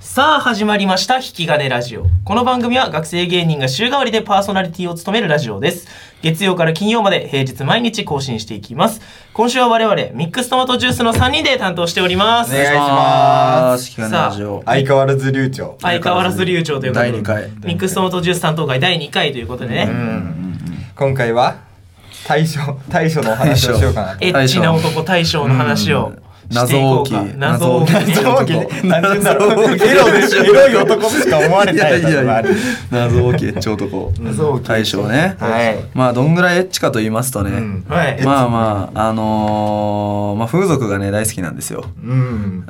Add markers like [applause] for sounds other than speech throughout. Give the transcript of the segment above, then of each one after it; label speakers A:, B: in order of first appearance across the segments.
A: さあ始まりました「引き金ラジオ」この番組は学生芸人が週替わりでパーソナリティを務めるラジオです月曜から金曜まで平日毎日更新していきます今週は我々ミックストマトジュースの3人で担当しておりま
B: お
A: す
B: 願いします。
A: お願いしますさあ
B: ラジオ
C: 相変わらず流暢
A: 相変わらず流暢ということで
B: 第2回。
A: ミックストマトジュース担当会第2回ということでね、
C: 今回は大将大将のお話をしようかなと
A: エッチな男大将の話をしてい
B: 謎
A: こ
B: 大
A: う
B: きい
A: か。謎大きい
B: 謎大きい
C: 謎大きい謎大きい
B: エロでしょ。
C: エロい男しか思われない
B: いやいやい
C: あ
B: や
C: れ。
B: 謎大きいエ
C: [laughs]
B: ッチ男。
C: 謎大きい
B: 大将ね。
C: はい
B: まあどんぐらいエッチかと言いますと
C: う
B: ね
C: ん。
A: はい、
B: まあまああのーまあ風俗がね大好きなんですよ。
C: うん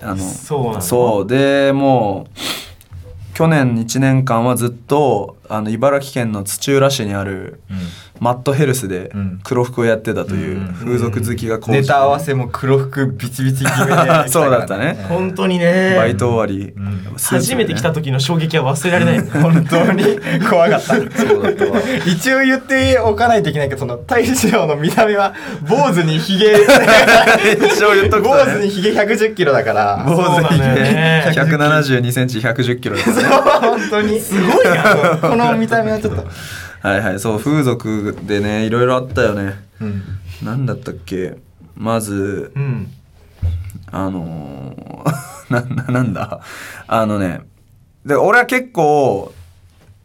B: あの
A: そうなの
B: そうでもう去年1年間はずっとあの茨城県の土浦市にあるマットヘルスで
C: うん
B: 黒服をやってたという風俗好きが高じ
C: ネタ合わせも黒服ビチビチ決めでやってきたから
B: そうだったね
A: 本当にね
B: バイト終わり、スーツ
A: 初
B: で
A: め
B: ね
A: て来た時の衝撃は忘れられない
C: 本当に怖かった
B: そうだったわ
C: 一応言っておかないといけないけどその大将の見た目は坊主にひげ
B: 一応言っとく
C: 坊
B: と
C: 主に
B: ね
C: ひげ110キロだから
B: 坊主に
A: そうだね
B: ね172センチ110キロですね
C: 本当にすごいなこの見た目はちょっと
B: はいはいそう風俗でねいろいろあったよね
C: うん
B: なんだったっけまず
A: うん
B: あのー、 [laughs] なななんだあのねで俺は結構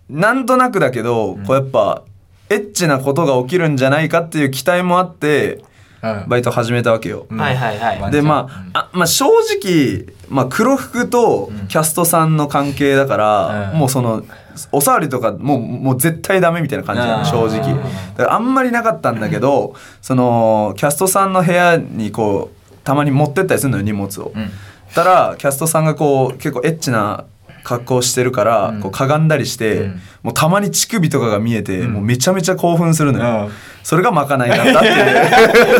B: なんとなくだけど、こうやっぱエッチなことが起きるんじゃないかっていう期待もあってバイト始めたわけよ、
C: うん
A: [laughs] はいはいはい
C: まあ
B: でまあ,、あまあ正直、まあ、黒服とキャストさんの関係だから、
C: うん
B: もうそのお触りとかもうもう絶対ダメみたいな感じな
C: あ
B: の
C: ー
B: 正直だからあんまりなかったんだけどそのキャストさんの部屋にこうたまに持ってったりするのよ荷物を。
C: ん
B: たらキャストさんがこう結構エッチな格好してるから、こうかがんだりして、
C: うん
B: もうたまに乳首とかが見えて、もうめちゃめちゃ興奮するのよ、
C: うん
B: それがまかないなんだって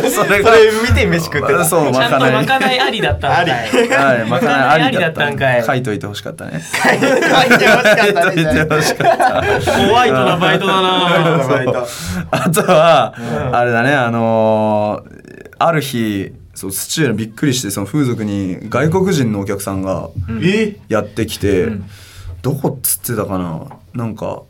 C: [laughs]
B: いうそれ
C: それ見て飯食ってた
B: そう
A: ち
B: ま
A: ゃんと
B: かない
A: まかないありだったんかい
B: はい、まかないありだった
A: まかないありだったんかい
B: 書いといてほしかったね。
C: 書いてほしかった
B: 書いといて
C: ね
B: ほ [laughs] しかった。
A: ホワイトなバイトだな
C: バイト
B: あとは、あれだね、あのーある日、そう、スチューのびっくりして、その風俗に外国人のお客さんが
C: え
B: やってきて、どこっつってたかななんか、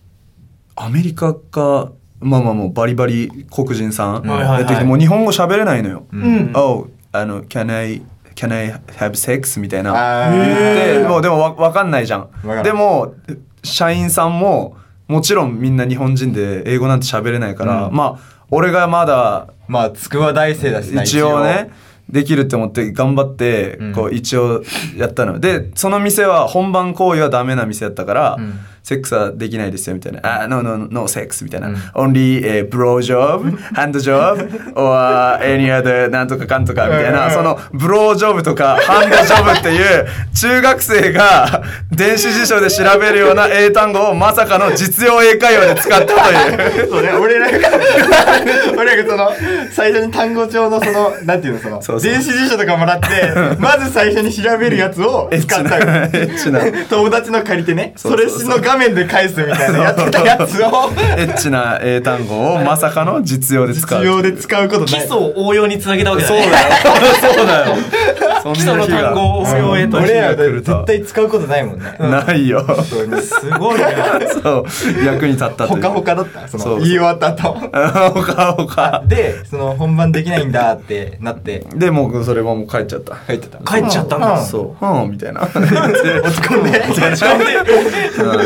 B: アメリカか、まあまあもうバリバリ黒人さ
A: は
B: ん
A: いはいはい
B: やってきて、もう日本語喋れないのよ。
A: ん
B: Oh, あの、can I, can I have sex? みたいな。
C: あ
B: で
C: ー
B: もうでもわわかんないじゃん
C: かんない
B: でも社員さんももちろんみんな日本人で英語なんて喋れないから、
C: うん
B: まあ俺がまだ
C: まあ筑波大生だしな
B: 一応ねできるって思って頑張って
C: ん
B: こう一応やったのよでその店は本番行為はダメな店だったから、
C: ん
B: セックスはできないですよみたいな「あ、no no no no sex」みたいな「
C: うん
B: only、uh, blow job hand job or any other なんとかかんとか」みたいな、
C: うん
B: そのブロージョブとかハンドジョブっていう中学生が電子辞書で調べるような英単語をまさかの実用英会話で使ったという。
C: [laughs] そうね俺らが俺らがその最初に単語帳のそのなんていうのその
B: そうそう
C: 電子辞書とかもら
B: [laughs]
C: ってまず最初に調べるやつを使っ
B: エ
C: た
B: ッチなエッチな
C: 友達の借りてね
B: そ
C: そ
B: そ
C: う
B: う
C: れ
B: そう
C: の画面で返すみたいなやってたやつを
B: エッチな英単語をまさかの実用で使う。
C: 実用で使うこと
A: 基
C: ない
A: 礎を応用につなげたわけだ
B: そう
A: ね
B: だよ。そうだよ。
A: 基礎の単語を応用へと
C: 俺
B: が
C: ら
B: 来
C: だって
B: ると
C: 絶対使うことないもんね
B: ないよ。
C: そうね
A: すごいな
B: そう役に立ったとい
C: ほ
B: う。
C: かほかだったそ
B: そう
C: の言い終わった後
B: あ。ほかほか。
C: でその本番できないんだってなって
B: でもうそれはもう帰っちゃった。
C: 帰ってた
A: 帰っちゃったんだ
B: そう。うんみたいな。落ち込んで。 [laughs] 落ち込んで。だか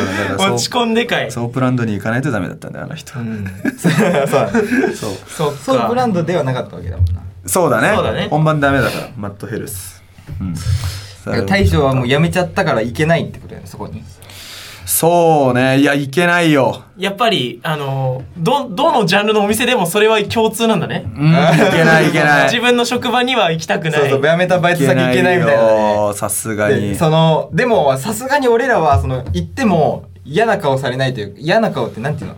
B: ら
A: 落ち込んでかい
B: ソープランドに行かないとダメだったんだよあの人。
C: [laughs] そう
B: そう。
A: そっ
C: そうブラ
A: か
C: ンドではなかったわけだもんな
B: そうだね。
A: そうだね
B: 本番ダメだからマットヘルス。うん
C: だから大将はもう辞めちゃったから行けないってことやねそこに
B: そうねいやいけないよ。
A: やっぱりあのどどのジャンルのお店でもそれは共通なんだね
B: うんいけないいけ
C: [laughs]
B: ない。
A: 自分の職場には行きたくな
C: そう
A: い
C: そう辞めたバイト先行けないみたいな
B: よさすが
C: ね
B: に
C: でそのでもさすがに俺らはその行っても嫌な顔されないというか嫌な顔ってなんていうの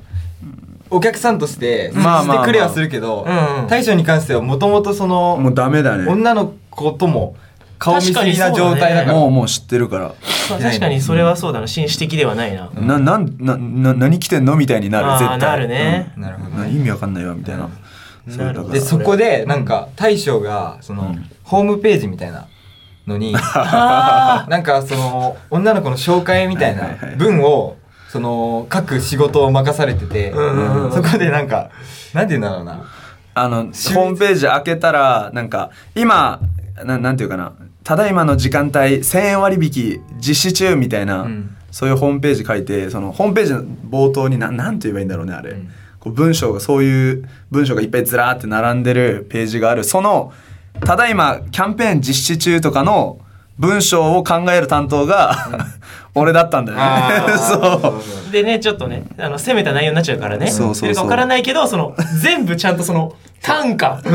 C: お客さんとして接
B: まあまあ
C: し
B: まあ
C: てくれはするけど
A: うんうん
C: 大将に関してはもともとその
B: もうダメだねも
C: 女の子とも顔見知りな
A: 確かにそ
C: 状
A: うだね
C: 態だから
B: うもう知ってるから、
A: まあ確かにそれはそうだな紳士的ではないな
B: ななんなな何着てんのみたいにな
A: あ
B: る
A: ー
B: 絶対
A: なるね
C: なるほど
B: うんな意味わかんないわみたいな、そう
A: な
B: だ
A: る
B: か
A: ほど
B: ら
C: でそこでなんか大将がその、ホームページみたいな
B: [laughs]
C: のに
A: あ
C: なんかその女の子の紹介みたい
B: はいはいは
C: ない文をその書く仕事を任されてて、
A: うんうんうん
C: そこでなんかなんて言うんだろうな
B: あのホームページ開けたらなんか今ななんていうかなただいまの時間帯1000円割引実施中みたいな、
C: うん
B: そういうホームページ書いてそのホームページの冒頭にななんて言えばいいんだろうねあれ、
C: うん
B: こう文章がそういう文章がいっぱいずらーって並んでるページがあるそのただいまキャンペーン実施中とかの文章を考える担当が、 [laughs] 俺だったんだよね [laughs] そう
A: ーでねちょっとねあの攻めた内容になっちゃうからね
B: そうそうそ
A: い
B: う
A: るか分からないけどその全部ちゃんとその単価
C: 秀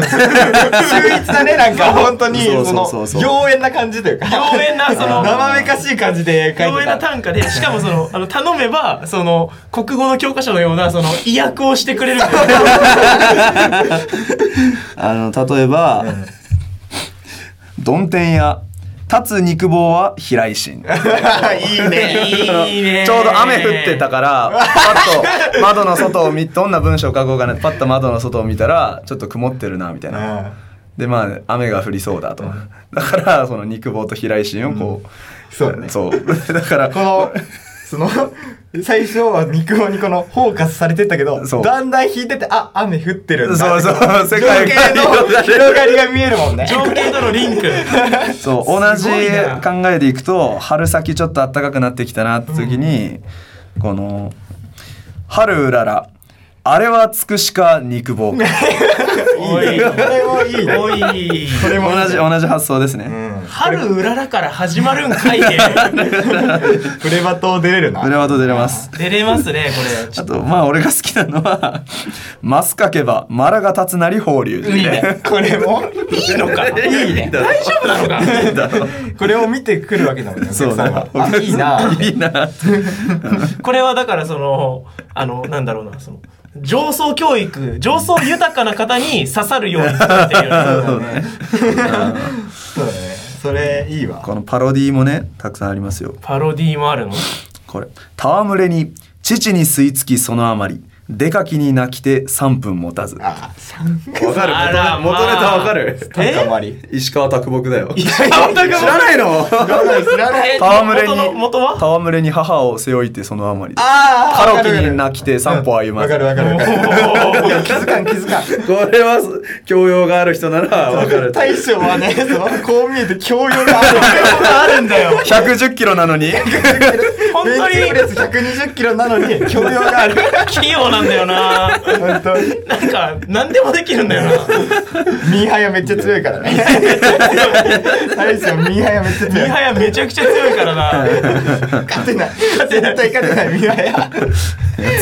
C: 逸だねなんか本当に
B: そう
C: その
B: そうそうそう
C: 妖艶な感じというか
A: 妖艶なそ
B: [laughs]
A: の
C: 生めかしい感じで書い
A: 共
C: て
A: 演な
C: た
A: 単価で、しかもその、あの、頼めば、その、国語の教科書のような、その、意訳をして
B: [laughs]
A: くれるんだよね。
B: あの例えば、どん天屋立つ肉棒は平井心
C: いいね
A: いいね
B: ちょうど雨降ってたからパッと窓の外を見どんな文章を書こうかなパッと窓の外を見たらちょっと曇ってるなみたいな、
C: うん
B: でまあ雨が降りそうだと、だからその肉棒と平井心をこう、
C: そうだね
B: そう [laughs] だから
C: このその最初は肉棒にこのフォーカスされてたけど
B: そう
C: だんだん引いててあ雨降ってるんだ
B: そうそう
C: って
B: 世界
C: 情景
B: が広が
C: の
B: る
C: 広がりが見えるもんね
A: 情景とのリンク。
B: そう同じ考えでいくと春先ちょっと暖かくなってきたなって時に、この「春うららあれはつくしか肉
A: [laughs]
B: 棒か」
A: おい、
C: これもいいね
A: おい、
C: これも
B: 同じ同じ発想です
C: う
B: ね。
C: ん
A: 春うららから始まるんかいで。
C: プレバト出れるな
B: それはどう出れます。
A: 出れますね、これ。ちょ
B: あとまあ俺が好きなのは [laughs] 「マスかけばマラが立つなり放流」
A: いいね。
C: これ
B: [laughs]
C: も
A: いいのか。いいね。
B: だろ
A: 大丈夫なのか。
B: だろ
C: これを見てくるわけだもんねお
B: そ
C: 客
B: う
C: さん
B: ね
C: があいいな
B: [laughs]
C: い
B: いな
A: これはだからそのあのなんだろうなその上層教育上層豊かな方に刺さるように作ってる
B: [laughs]
A: よね
C: そうだねそれいいわ
B: このパロディーもねたくさんありますよ
A: パロディーもあるの
B: これ戯れに父に吸い付きそのあまり出かきに泣きて3分持たずわ
C: あ
B: か
A: あら
B: 元ネ元ネタ
A: まあ
B: わかる
C: 短歌もあり
B: 石川啄木だよ知
A: 川啄木
B: らないの
C: 知らない
A: え
B: 戯れに
A: 元の元は
B: 戯れに母を背負いてそのあまり
C: あ
B: カ
C: ー
B: ラオケに泣きて散歩歩ま
C: わ
B: ず
C: かるわかるわか
B: [laughs]
C: るいや気づかん気づかん
B: これは教養がある人ならわ [laughs] かる
C: 大将はね、
A: [laughs]
C: そのこう見えて教養がある。
A: あるんだ
C: [laughs]
A: よ
B: 110キロな [laughs] のに
A: 本当に
C: ベンチプレス120キロなのに教養がある。
A: 器用なんだよな
C: 本当に。
A: なんか何でもできるんだよな
C: ミーハヤめっちゃ強いか
A: [laughs]
C: らね。大将ミーハヤめっちゃ
A: ミ
C: 強い。
A: ハヤめちゃくちゃ強いからな
C: 勝てない。絶対勝てないミーハヤ。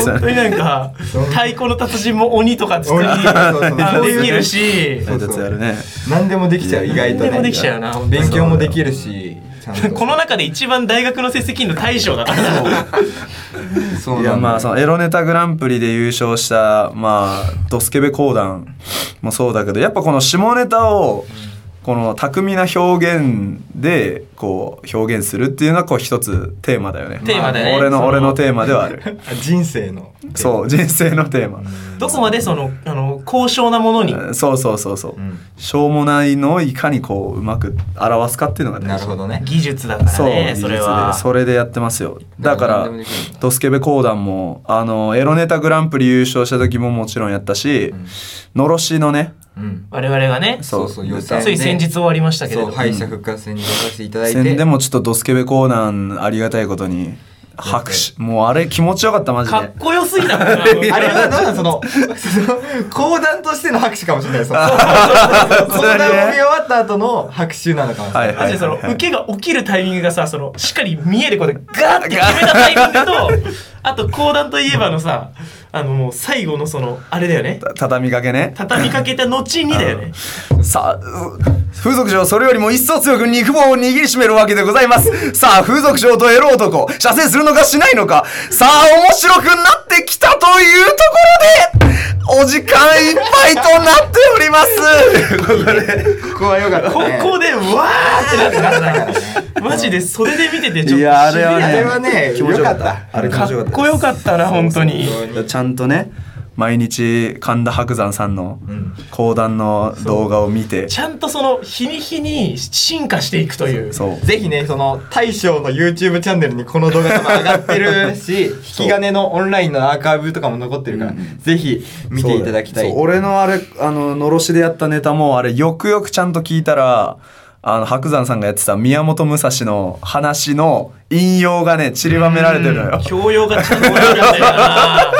A: 本
B: [laughs]
A: 当になんか太鼓の達人も鬼とかつって
C: 鬼そうそうそう
A: あのできるし
B: そうですやるね
C: 何でもできちゃう意外とね。
A: 何でもできちゃうな
C: 勉強もできるし。ちゃんと
A: この中で一番大学の成績の大将だからな
C: そうなん
B: い
C: だ
B: やまあそのエロネタグランプリで優勝したまあドスケベ講談もそうだけどやっぱこの下ネタをこの巧みな表現でこう表現するっていうのはこう一つテーマだよね
A: テーマだねそ
B: 俺の
A: の
B: 俺のテーマではあ
C: [laughs]
B: る
C: 人生の。
B: そう人生のテーマ
A: どこまでそのあの高尚なものに
B: うんそうそうそうそう、
C: ん
B: しょうもないのをいかにこううまく表すかっていうのが大事
C: なるほどね。
A: 技術だから
B: そう、
A: ね
B: 技術で
A: それは
B: それでやってますよだか
C: 何
B: ら
C: でもできるんだ
B: ドスケベ講談もあのエロネタグランプリ優勝した時ももちろんやったし、のろしのね
C: うん。
A: 我々がね
B: そう
C: そうそう予選
A: つい先日終わりましたけれ
C: そ
A: ど
C: う敗者復活戦に出させていただいて。
B: 戦でもちょっとドスケベ講談ありがたいことに拍手もうあれ気持ちよかったマジ
A: かっ
B: で
A: こよすぎたもん
C: [laughs]
A: な
C: あ
A: あ
C: れ
A: れ
C: はど
A: は
C: うなんその、その、講談としての拍手かもしれない。その講
B: それね
C: 談を見終わった後の拍手なのかもしれ
B: は
C: ないい。
B: は
A: マ
B: い
A: ジでその
B: はい
A: 受けが起きるタイミングがさそのしっかり見えることでガーって決めたタイミングとあと講談といえばのさあのもう最後のそのあれだよね
B: 畳みかけね
A: 畳みかけた後にだよね
B: さあう風俗嬢それよりも一層強く肉棒を握りしめるわけでございますさあ風俗嬢とエロ男射精するのかしないのかさあ面白くなってきたというところでお時間いっぱいとなっておりますここで
C: ここは良かった
A: こ
C: ね。
A: こでわーってなってたマジでそれで見ててちょっと
B: いやあれはね
C: あれはね、
B: 気持ち
C: 良
B: よかっ
C: かったた。
B: あれ気持ちよか
A: か
B: っ
A: っこよかったな本当に
B: たちゃんとね毎日神田伯山さんの
C: うん
B: 講談の動画を見て
A: ちゃんとその日に日に進化していくという
B: そう
C: ぜひね、その、大将の YouTube チャンネルにこの動画とか上がってるし、引き金のオンラインのアーカイブとかも残ってるから、ぜひ見ていただきたい。
B: そう俺のあれあののろしでやったネタもあれよくよくちゃんと聞いたらあの白山さんがやってた宮本武蔵の話の引用がね散りばめられてるのよ
A: 教養がちゃんとあるんだよな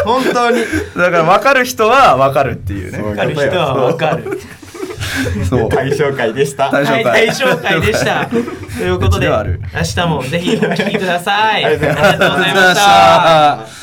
C: 本当に。
B: だから分かる人は分かるっていう
C: そう
B: ね
A: 分かる人は分かる
C: [laughs]
B: そう
C: 大将会でした。
B: 大将
A: はい、
B: 会
A: 大紹介で
C: [laughs]
A: した。ということ
B: うちで
A: で、
B: はある
A: 明日もぜひお聞きください。
C: [laughs] ありがとうございまし
A: あ
C: た
A: りがとうございました。
B: ありがとうございました